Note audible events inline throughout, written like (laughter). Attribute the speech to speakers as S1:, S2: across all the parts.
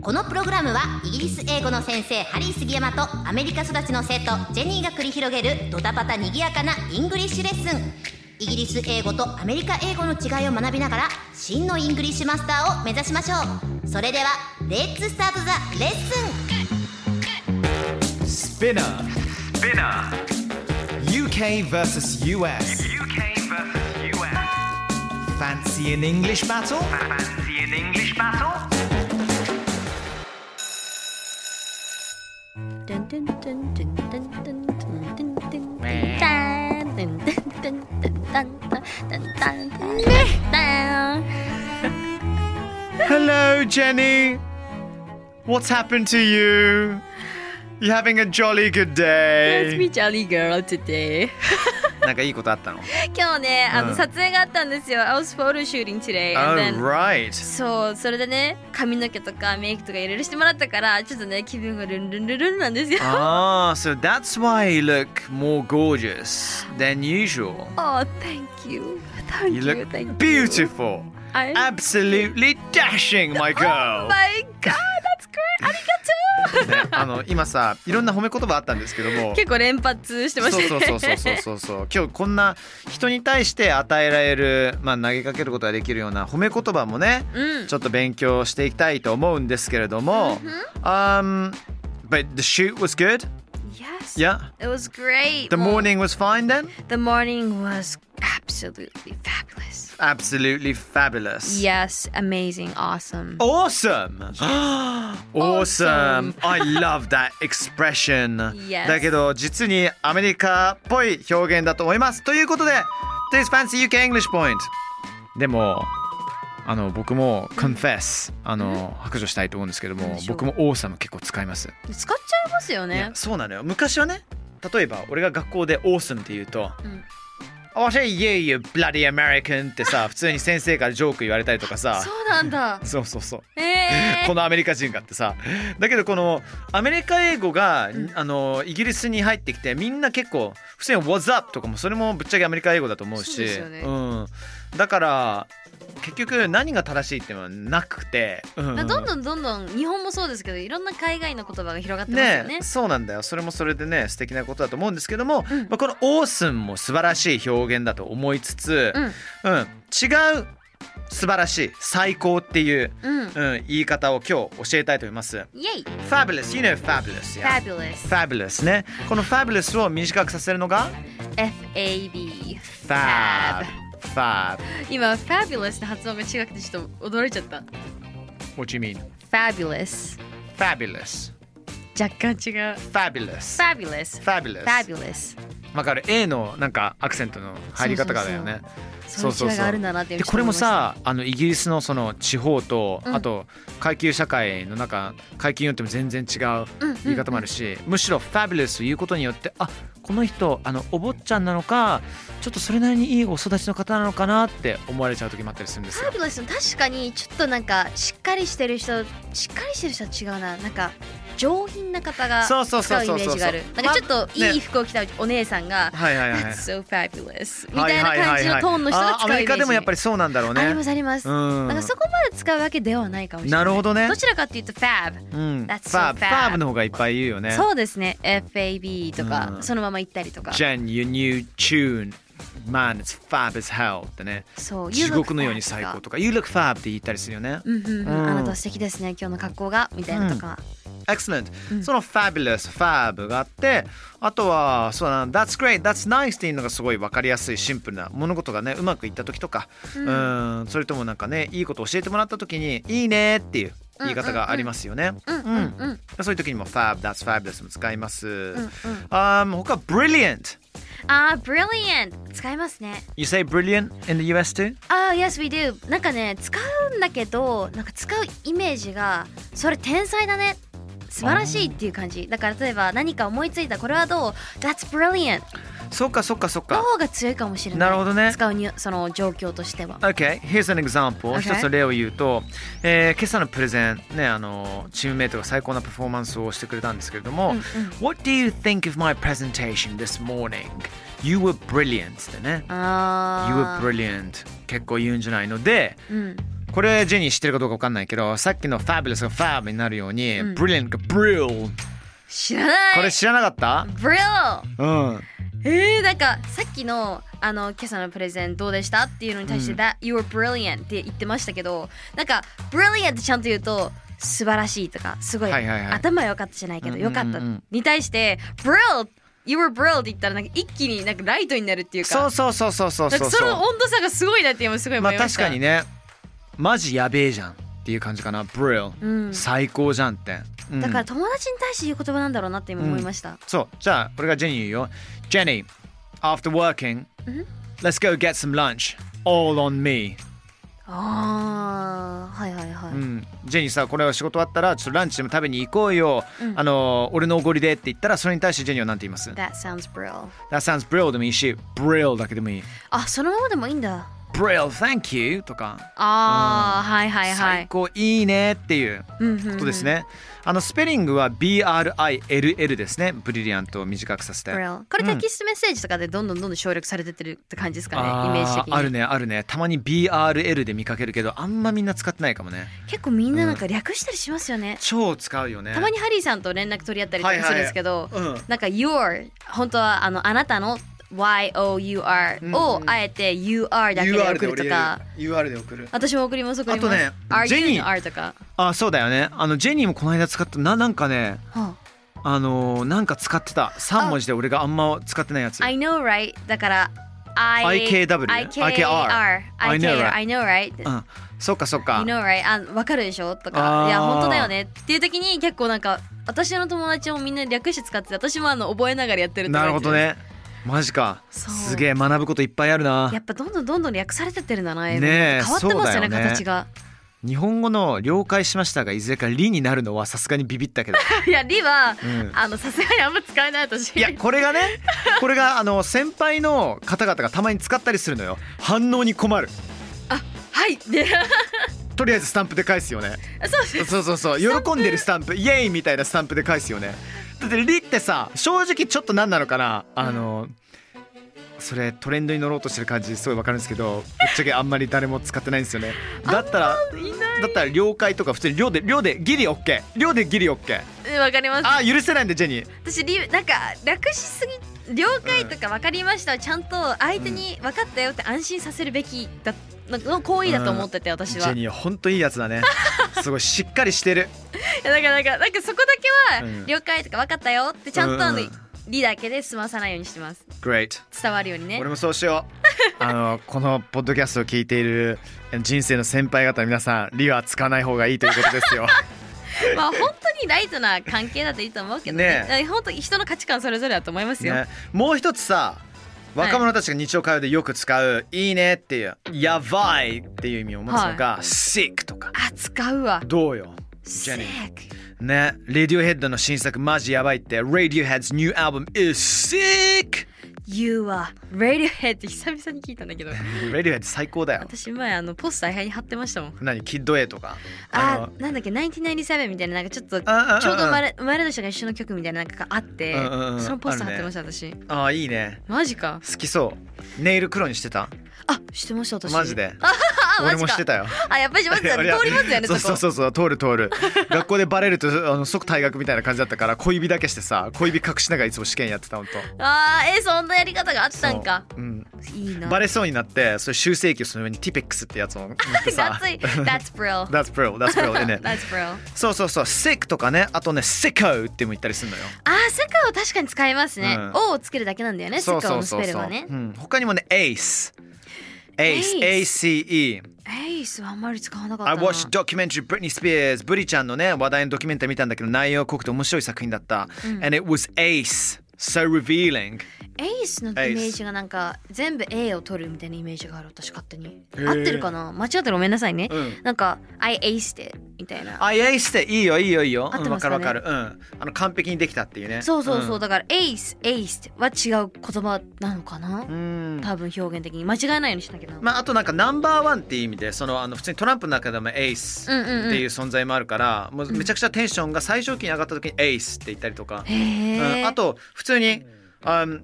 S1: このプログラムはイギリス英語の先生ハリー杉山とアメリカ育ちの生徒ジェニーが繰り広げるドタパタにぎやかなイングリッシュレッスンイギリス英語とアメリカ英語の違いを学びながら真のイングリッシュマスターを目指しましょうそれではレッツスタートザレッスン
S2: Spinner. Spinner. UK versus US.
S3: UK versus US.
S2: Fancy an English battle?
S3: Fancy an English battle?
S4: トゥントゥントゥントゥントゥントゥントゥントゥントゥントゥンタントゥントゥントゥントゥンタンタンタンタンタンタン
S2: Hello, Jenny. What's happened to you? You having a jolly good
S4: Let's
S2: day?
S4: be jolly girl today
S2: なんかいいことあったの
S4: 今日ねあ
S2: う
S4: の
S2: ん
S4: 撮影があったんですよ I was photo shooting today (laughs) and
S2: Oh,
S4: then
S2: right.
S4: そうそれでね髪の毛とかメイクとかいろいろしてもらったからちょっとね気分がルンルンルンルンなんですよ
S2: Ah, so that's why you look more gorgeous than usual.
S4: Oh thank you Thank
S2: You
S4: you
S2: look
S4: thank you
S2: beautiful.
S4: I-
S2: Absolutely dashing, my girl. (laughs)
S4: (laughs) Oh my god that's great ありがとう
S2: ねあの今さいろんな褒め言葉あったんですけども
S4: 結構連発してましたね
S2: そうそうそうそうそうそう今日こんな人に対して与えられる、まあ、投げかけることができるような褒め言葉もね、
S4: うん
S2: ちょっと勉強していきたいと思うんですけれども、um, But the shoot was good?
S4: Yes
S2: Yeah?
S4: It was great.
S2: The
S4: もう
S2: morning was fine then?
S4: The morning was absolutely fabulous.
S2: Absolutely fabulous.
S4: Yes, amazing, awesome.
S2: Awesome! (gasps) awesome! I love that expression!
S4: Yes.
S2: だけど実にアメリカっぽい表現だと思いますということで This fancy UK English point! でもあの僕も confess あの白状したいと思うんですけど
S4: 何
S2: も
S4: でしょう
S2: 僕も awesome 結構使います、
S4: 使っちゃいますよ
S2: い
S4: ね
S2: や。そうなのよ昔はね例えば俺が学校で awesome って言うと
S4: うん
S2: 「あわしゃ yeah you bloody American」ってさ普通に先生からジョーク言われたりとかさ
S4: (laughs) そうな
S2: (laughs)
S4: んだ。
S2: そうそうそう
S4: え
S2: このアメリカ人がってさだけどこのアメリカ英語が、あのイギリスに入ってきてみんな結構普通に「What's up?」とかもそれもぶっちゃけアメリカ英語だと思う
S4: そう
S2: し
S4: ですよね
S2: ん、だから結局何が正しいっていうのはなくて、うん
S4: え。どんどんどんどん日本もそうですけど、いろんな海外の言葉が広がってますよ
S2: ね
S4: ね。
S2: そうなんだよそれもそれでね素敵なことだと思うんですけども、まあ、この「オースン」も素晴らしい表現だと思いつつ、うん違う素晴らしい最高っていう、
S4: うんうん。
S2: うん、言い方を今日教えたいと思います。
S4: イェイ
S2: Fabulous, you know fabulous. Yeah.
S4: Fabulous
S2: Fabulous ね。この Fabulous を短くさせるのが
S4: F-A-B
S2: Fab。Fab.
S4: (laughs) 今 Fabulous の発音が違くてちょっと驚いちゃった
S2: What do you mean?
S4: Fabulous
S2: Fabulous.
S4: 若干違う
S2: Fabulous.
S4: Fabulous
S2: Fabulous.
S4: Fabulous
S2: わかる A のなんかアクセントの入り方がだよね。
S4: そうそうそうそういう違いがあるんだなって
S2: でこれもさあのイギリスのその地方と、
S4: うん
S2: あと階級社会の中階級によっても全然違う言い方もあるし、むしろ「Fabulous」言うことによってあこの人あのお坊ちゃんなのかちょっとそれなりにいいお育ちの方なのかなって思われちゃう時もあったりするんです
S4: ファ
S2: よ
S4: ビュ。ラスの確かにちょっとなんかしっかりしてる人しっかりしてる人は違うななんか上品な方が
S2: そ
S4: 使
S2: うそうそう
S4: うイメ
S2: そうそう
S4: ージがあるなんかちょっと
S2: まあ
S4: いい服を着たお姉さんが
S2: はいは
S4: 「
S2: いはい。
S4: That's so fabulous」みたいな感じのトーンの人
S2: はいはいはいはいあ
S4: が使
S2: ア
S4: うイメージ
S2: メリカでもやっぱりそうなんだろうね。
S4: ありますあります
S2: うん
S4: なんかそこまで使うわけではないかもしれない
S2: なるほどね
S4: どちらかっていうと Fab
S2: うん、
S4: That's so
S2: ファーブ
S4: fab
S2: ファーブの方がいっぱい言うよね。
S4: そうですね FAB とか
S2: うん
S4: そのまま言ったりとか
S2: Jen, your new tune, man, it's fab as hell ってね。
S4: そう
S2: 地獄のように最高
S4: とか
S2: とか、You look fab って言ったりするよね。
S4: うんうんうん
S2: うん
S4: あなた素敵ですね今日の格好がみたいなとか
S2: Excellent、その fabulous、fab があって、あとは、そうだな、That's great, that's nice っていうのがすごい分かりやすいシンプルな物事がね、うまくいった時とか、うん、それともなんかね、いいこと教えてもらった時に、いいねっていう言い方がありますよね。
S4: うんうんうん
S2: そういう時にも fab, that's fabulous も使います。
S4: うん
S2: あー他 brilliant。
S4: あー Brilliant 使いますね
S2: You say brilliant in the US too?
S4: ああ、yes we do。なんかね、使うんだけど、なんか使うイメージが、それ天才だね、素晴らしいっていう感じだから例えば何か思いついたこれはどう That's brilliant
S2: そっかそっかそっ
S4: の
S2: か。
S4: 方が強いかもしれな
S2: な
S4: い
S2: るほどね
S4: 使うにその状況としては
S2: Okay, here's an example.
S4: Okay.
S2: 一つ例を言うと、えー今朝のプレゼン、ね、あのチームメイトが最高なパフォーマンスをしてくれたんですけれども、What do you think of my presentation this morning? You were brilliant ってね。You were
S4: ああ
S2: brilliant 結構言うんじゃないので、
S4: ん
S2: これジェニー知ってるかどうかわかんないけどさっきの Fabulous が Fab になるように、Brilliant が Brill
S4: 知らない
S2: これ知らなかった、
S4: Brill
S2: うん
S4: えー、なんかさっきのあの今朝のプレゼンどうでしたっていうのに対して、That you were brilliant って言ってましたけどなんか brilliant ってちゃんと言うと素晴らしいとかすごい、
S2: はいはいはい
S4: 頭良かったじゃないけど
S2: うんうんう
S4: 良
S2: ん
S4: かったに対して brill you were brill って言ったらなんか一気になんかライトになるっていうか
S2: そうそうそうそうそう
S4: なん
S2: そ
S4: か
S2: う
S4: その温度差がすごいなって今すごい思
S2: まあ
S4: いまし
S2: 確
S4: た、
S2: かに
S4: ね
S2: ねマジやべえじゃんっていう感じかな Brill、
S4: うん
S2: 最高じゃんって、うん
S4: だから友達に対して言う言葉なんだろうなって今思いました、
S2: そうじゃあこれがジェニー言うよ Jenny after working、let's go get some lunch all on me
S4: ああはいはいはい、
S2: うん、ジェニーさこれは仕事終わったらちょっとランチでも食べに行こうよ、あの俺のおごりでって言ったらそれに対してジェニーは何て言います That
S4: That sounds brill
S2: sounds brill でもいいし brill だけでもいい
S4: あそのままでもいいんだ
S2: brill thank you とか、
S4: ああ、はいはいは
S2: 最
S4: い
S2: 高いいねっていう
S4: うんうん
S2: ことですね、あのスペリングは BRILL ですねブリリアントを短くさせて
S4: Brill これテキストメッセージとかでどんどんどんどん省略されてってるって感じですかねイメージ
S2: あ
S4: 的
S2: ー
S4: に
S2: あるねあるねたまに BRL で見かけるけどあんまみんな使ってないかもね
S4: 結構みんななんか略したりしますよね、
S2: 超使うよね
S4: たまにハリーさんと連絡取り合ったりとかするんですけど、
S2: はいはいうん
S4: なんか your 本当はあのあなたの YOUR をあえて UR だけで送るとか
S2: UR で送る
S4: 私も送ります送ります
S2: あとね
S4: RU
S2: ジェニ
S4: の
S2: ー
S4: R とか、
S2: あそうだよねあのジェニーもこの間使ったななんかね
S4: は
S2: あのーなんか使ってた3文字で俺があんま使ってないやつ
S4: あ I know right だから I
S2: IKW
S4: IKR
S2: I know right
S4: I know right
S2: うんそっかそっか
S4: You know right あわかるでしょと
S2: あ
S4: か
S2: ー
S4: いや本当だよねっていう時に結構なんか私の友達もみんな略して使ってて私もあの覚えながらやってるって感
S2: な
S4: じ
S2: るほどねマジか
S4: そう
S2: すげえ学ぶこといっぱいあるな
S4: やっぱどんどんどんどん略されてってるんだな英語
S2: ねえ
S4: 変わってますよね
S2: そうだよね
S4: 形が
S2: 日本語の「了解しました」がいずれか「理」になるのはさすがにビビった (laughs) けど
S4: いやリは、
S2: うん
S4: あのさすがにあんま使えない私
S2: いやこれがねこれがあの先輩の方々がたまに使ったりするのよ反応に困る
S4: はいで
S2: とりあえずスタンプで返すよね
S4: (laughs) そうです
S2: そうそうそう喜んでるスタンプイエーイみたいなスタンプで返すよねだって「リ」ってさ正直ちょっと何なのかなあのそれトレンドに乗ろうとしてる感じすごいわかるんですけどぶっちゃけあんまり誰も使ってないんですよねだったらだったら「了解」とか普通に「量で量でギリ OK」「量でギリ OK
S4: うんわかり」ます
S2: あー許せないんでジェニー
S4: 私リなんか略しすぎ了解とかわかりましたはちゃんと相手に分かったよって安心させるべきだなんかの行為だと思ってて
S2: ジ
S4: 私は
S2: ェニーはほんといいやつ
S4: (laughs)
S2: だねすごいしっかりしてる
S4: いやだからなんかなんかそこだけ
S2: う
S4: は
S2: ん
S4: 了解とか分かったよってちゃんとあの
S2: うん
S4: 理だけで済まさないようにしてます
S2: Great
S4: 伝わるようにね
S2: 俺もそうしよ
S4: (laughs)
S2: うあのこのポッドキャストを聞いている人生の先輩方の皆さん「リ」は使わない方がいいということです
S4: (laughs)
S2: よ
S4: まあ本当にライトな関係だといいと思うけどね
S2: ねえ
S4: だから本当に人の価値観それぞれだと思いますよ、
S2: ね、もう一つさ若者たちが日常会話でよく使う「いいね」っていう「やばい」っていう意味を持つのが「sick」とか
S4: あ使うわ
S2: どうよジェニー
S4: Sick
S2: ねレディオヘッドの新作マジやばいって「Radiohead's new album is
S4: (laughs)
S2: sick
S4: You are Radiohead って久々に聞いたんだ
S2: (laughs)
S4: けど」
S2: Radiohead 最高だよ
S4: 私前あのポスター部屋に貼ってましたもん
S2: 何キッド A とか
S4: あ
S2: の
S4: なんだっけ1997みたいななんかちょっとちょう
S2: あああ
S4: ど生まれ生まれ年が一緒の曲みたいななんかがあって
S2: うんうんうん
S4: そのポスター貼って
S2: ある
S4: ま
S2: ね
S4: した私
S2: ああいいね
S4: マジか
S2: 好きそうネイル黒にしてた
S4: あしてました私
S2: マジで
S4: あマジか
S2: 俺もしてたよ
S4: あやっぱりします (laughs) よね通りますよねそ
S2: そ
S4: こ
S2: うそうそうそう通る通る学校でバレるとあの即退学みたいな感じだったから小指だけしてさ小指隠しながらいつも試験やってたほんと
S4: あーえーそんなやり方があったんか
S2: そううん、
S4: いいな
S2: バレそうになってそれ修正器をその上にティペックスってやつを塗って
S4: (laughs)
S2: さ
S4: 熱い That's brill
S2: That's bro that's bro
S4: (laughs)
S2: でね
S4: That's brill
S2: そうそうそう sick とかねあとね sicko っても言ったりするのよ
S4: あー世界を確かに使いますね
S2: うん
S4: 「O」をつけるだけなんだよね世
S2: そう
S4: 界
S2: そ
S4: の
S2: う
S4: ス
S2: そう
S4: ペル
S2: そう
S4: はね
S2: うん、他にもね ace
S4: Ace
S2: ace ace
S4: エイスはあんまり使わなかった
S2: I
S4: な
S2: watched documentary Britney Spears ブリちゃんのね話題のドキュメンタリー見たんだけど内容濃くて面白い作品だった、and it was ace so revealing
S4: エイスのイメージがなんか全部 A を取るみたいなイメージがある私勝手に合ってるかな間違ってるごめんなさいね、
S2: うん
S4: なんか I aced it みたいな
S2: あいやいいっすねいいよいいよいいよ
S4: 合っ
S2: うん
S4: て
S2: わ
S4: ます
S2: か
S4: か
S2: るわ
S4: ね
S2: かるうんあの完璧にできたっていうね
S4: そうそうそう、
S2: ん
S4: だから ace aced は違う言葉なのか
S2: う
S4: な、
S2: ん
S4: 多分表現的に間違えないようにしなきゃな、
S2: まあ、あとなんかナンバーワンっていう意味でそのあの普通にトランプの中でもエース
S4: うんうんうん
S2: っていう存在もあるから、もうめちゃくちゃテンションが最小期に上がった時にエースって言ったりとか、
S4: へえ、
S2: うん、あと普通に「um,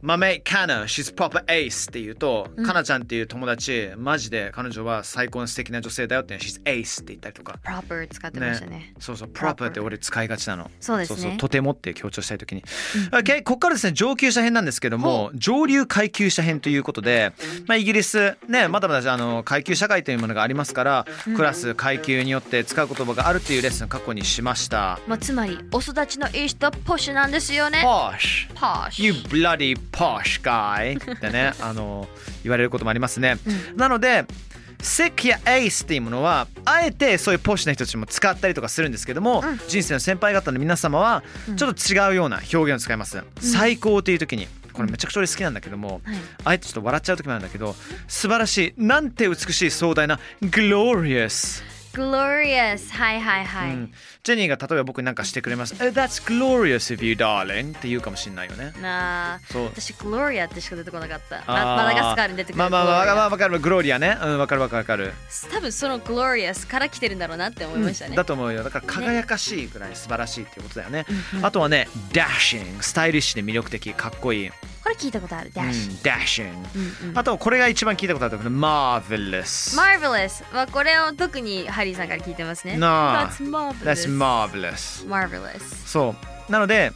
S2: 豆カナ she's proper ace」って言うと、
S4: うん
S2: カナちゃんっていう友達マジで彼女は最高の素敵な女性だよって she's ace って言ったりとか
S4: proper 使ってましたね
S2: そうそう proper って俺使いがちなの。
S4: そうです
S2: そう
S4: ね
S2: そうとてもって強調したい時に、OK ここからですね上級者編なんですけども上流階級者編ということで、まあ、イギリスねまだまだあの階級社会というものがありますからクラス階級によって使う言葉があるというレッスンを過去にしました。
S4: まあ、つまりお育ちのいい人ポッシュなんですよね
S2: Posh
S4: パッシ
S2: You
S4: ュ
S2: bloody posh guy ってねあの言われることもありますね。なので Sick や Ace っていうものはあえてそういうポッシュな人たちも使ったりとかするんですけども、人生の先輩方の皆様はちょっと違うような表現を使います、最高っていう時にこれめちゃくちゃ俺好きなんだけども、
S4: はい
S2: あえてちょっと笑っちゃう時もあるんだけど素晴らしいなんて美しい壮大な Glorious
S4: glorious はいはいはい、
S2: うんジェニーが例えば僕になんかしてくれます「Eh, That's glorious of you darling」って言うかもしれないよね
S4: なあ
S2: そう
S4: 私グロリアってしか出てこなかった
S2: あ
S4: マ
S2: ー
S4: マダガスカルに出てくる
S2: まあまあまあ
S4: Gloria
S2: まあわかるグローリアねうんわかるわかるわかる、
S4: 多分そのグロリアスから来てるんだろうなって思いましたね、
S2: だと思うよだから輝かしいぐらい素晴らしいっていうことだよね、あとはね dashing スタイリッシュで魅力的かっこいい、うん、
S4: これ聞いたことあるダッシュ、
S2: dashing、
S4: うんうん
S2: あとこれが一番聞いたことあると思う marvelous
S4: Marvelous はこれを特にハリーさんから聞いてますね。
S2: なあ
S4: That's marvelous.
S2: that's marvelous
S4: Marvelous.
S2: そうなので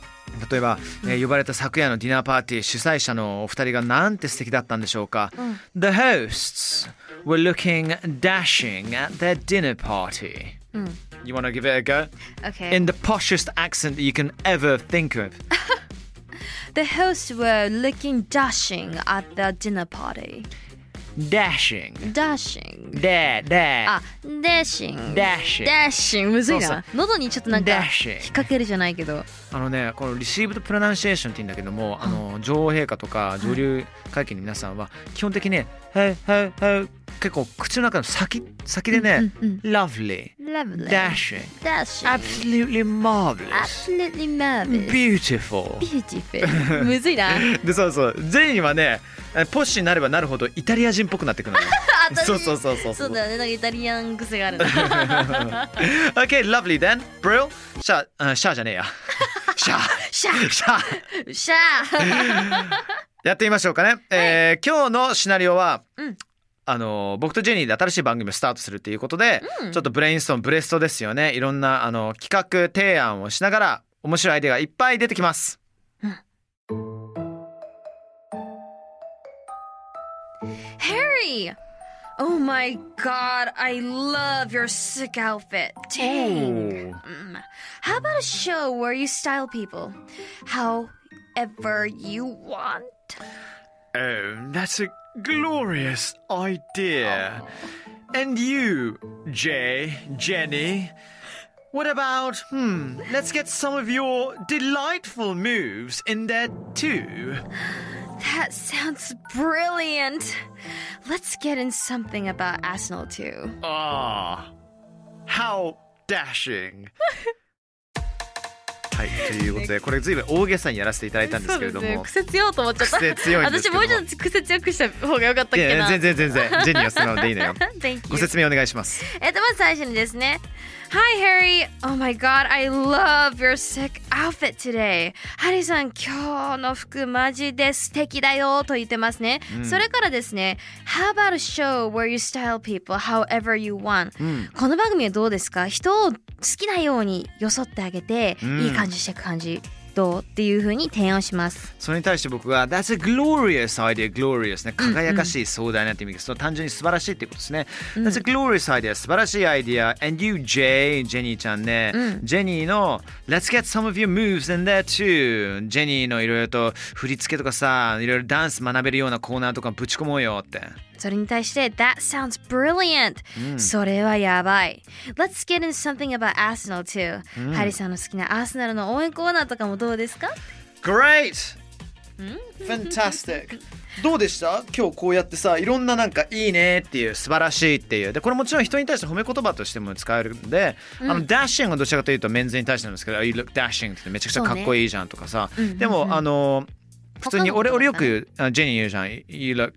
S2: 例えば、えー呼ばれた昨夜のディナーパーティー主催者のお二人がなんて素敵だったんでしょうか、The hosts were looking dashing at their dinner party、You wanna give it a go?
S4: Okay.
S2: In the poshest accent you can ever think of
S4: the hosts were looking dashing at the dinner party.
S2: Dashing
S4: Dashing.
S2: でで
S4: あ、dashing.
S2: Dashing
S4: Dashing. むずいな。
S2: そう
S4: 喉にちょっとなんか
S2: Dashing
S4: 引っ掛けるじゃないけど。
S2: あのねこのリシーブドプロナンシエーションって言うんだけども、あの女王陛下とか上流階級の皆さんは基本的にね「へいへいへい」結構口の中の先先でね「lovely」
S4: Lovely.
S2: Dashing.
S4: Dashing.
S2: Absolutely marvelous.
S4: Absolutely marvelous.
S2: Beautiful.
S4: Beautiful. むずいな。
S2: (laughs) でそうそうジェニーはねえポッシュになればなるほどイタリア人っぽくなってくるのよ
S4: (laughs) 私
S2: そうそうそうそう
S4: そうだよね。なんかイタリアン癖があるな。
S2: (laughs) OK lovely then Brill シャあシャじゃねえ
S4: (laughs)
S2: やシャ
S4: シャ
S2: シャ
S4: ーシャー
S2: やってみましょうかね、えー今日のシナリオは、
S4: うん
S2: あの僕とジェニーで新しい番組をスタートするということで、ちょっとブレインストームブレストですよねいろんなあの企画提案をしながら面白いアイデアがいっぱい出てきます
S4: Harry! Oh my god, I love your sick outfit.
S2: お
S4: Dang. Mm. How about a show where you style people however you want?
S2: Oh, that's a glorious
S4: Oh.
S2: idea. And you, Jay, Jenny, what about, hmm, let's get some of your delightful moves in there too.
S4: That sounds brilliant. Let's get in something about Arsenal too.
S2: Ah, how
S4: (laughs)
S2: dashing. はい、ということで、これずいぶん大げさにやらせていただいたんですけれども。
S4: 癖強いと思っちゃった。
S2: (laughs) 癖強いんですけ
S4: 私
S2: ども
S4: もうちょっと癖強くした方が良かったっ
S2: い
S4: け
S2: やい
S4: な。
S2: や全然全然、ジェニーは素直でいいのよ。
S4: Thank
S2: ご
S4: you.
S2: 説明お願いします。
S4: えっとまず最初にですね Hi Harry! Oh my god, I love your sick outfit today! ハリーさん、今日の服マジで素敵だよと言ってますね。それからですね、How about a show where you style people however you want?、この番組はどうですか人を好きなように装ってあげて、
S2: ん
S4: いい感じしていく感じ。どうっていうふうに提案します。
S2: それに対して僕が「That's a glorious idea, glorious」ね輝かしい壮大なって意味です、その単純に素晴らしいってことですね、That's a glorious idea 素晴らしいアイディア and you Jay ジェニーちゃんね、ジェニーの「Let's get some of your moves in there too」ジェニーのいろいろと振り付けとかさいろいろダンス学べるようなコーナーとかぶち込もうよって
S4: それに対して、That sounds brilliant!、それはやばい。Let's get in something about Arsenal too.、ハリーさんの好きなアーセナルの応援コーナーとかもどうですか
S2: Great! Fantastic どうでした今日こうやってさいろんななんかいいねっていう素晴らしいっていうでこれもちろん人に対して褒め言葉としても使えるんで、あのダッシングはどちらかというとメンズに対してなんですけど「You look dashing」ってめちゃくちゃかっこいいじゃんとかさ、でも、あの普通に俺俺よくあジェニー言うじゃん「You look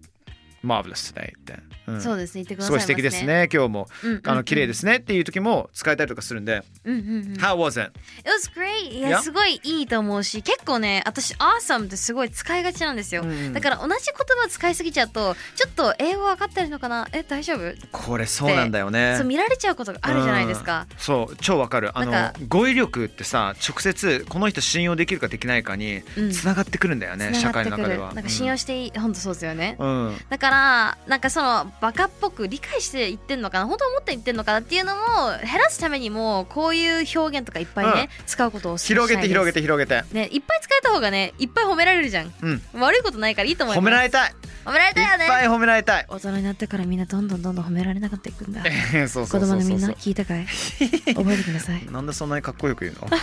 S2: marvelous today」って、うん
S4: そうですね言ってくだ
S2: す
S4: さい
S2: ご
S4: ま
S2: い素敵ですね今日も、あの綺麗ですねっていう時も使えたりとかするんで「How was it?」
S4: It was great! い
S2: い
S4: や、
S2: や
S4: すごいいいと思うし、結構ね、私、awesome ってすごい使いがちなんですよ。だから、同じ言葉使いすぎちゃうと、ちょっと英語分かってるのかなえ、大丈夫
S2: これそうなんだよね
S4: そう、見られちゃうことがあるじゃないですか。
S2: うんそう超わかるあの
S4: なんか
S2: 語彙力ってさ直接この人信用できるかできないかに
S4: うん
S2: つながってくるんだよね、
S4: 繋
S2: 社
S4: が
S2: 会
S4: って
S2: の
S4: くる
S2: 中では
S4: なんか信用していい、ほんとそうですよね。
S2: うん、うん
S4: だからなんかそのバカっぽく理解して言ってんのかな本当は思って言ってんのかなっていうのも減らすためにもこういう表現とかいっぱいね、
S2: うん
S4: 使うことをお勧め
S2: 広げて広げ
S4: て
S2: て広げて
S4: ねいっぱい使えた方がねいっぱい褒められるじゃん
S2: うん
S4: 悪いことないからいいと思い
S2: 褒
S4: ます
S2: められたい
S4: 褒められ
S2: い
S4: たよ
S2: っぱ
S4: ね
S2: い褒められたい (laughs)
S4: 大人になってからみんなどんどんどんどん褒められなかったいくんだ
S2: そうそ
S4: 子
S2: うそう
S4: 供
S2: そう
S4: のみん
S2: そ
S4: な
S2: う
S4: 聞いたかい覚えてください
S2: なんでそんなにかっこよく言うの (laughs)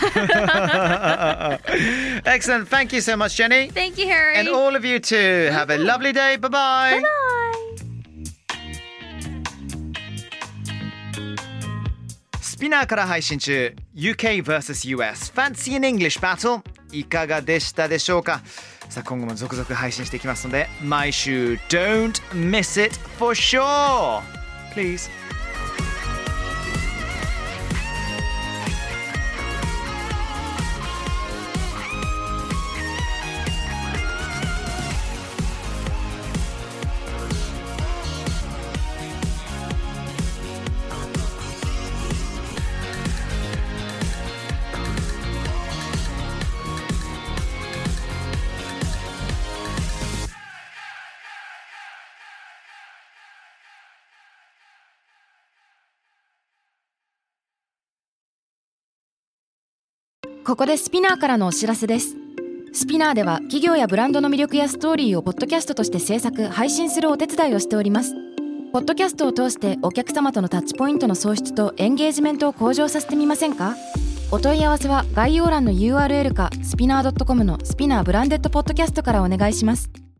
S2: Excellent thank you so much Jenny
S4: Thank you Harry
S2: and all of you too have a lovely day bye bye
S4: Bye
S2: スピナーから配信中 UK vs.US Fancy in English Battle いかがでしたでしょうかさあ今後も続々配信していきますので毎週 Don't miss it for sure Please
S5: Bye ここでスピナーからのお知らせですスピナーでは企業やブランドの魅力やストーリーをポッドキャストとして制作配信するお手伝いをしておりますポッドキャストを通してお客様とのタッチポイントの創出とエンゲージメントを向上させてみませんかお問い合わせは概要欄の URL かスピナー .com のスピナーブランデッドポッドキャストからお願いします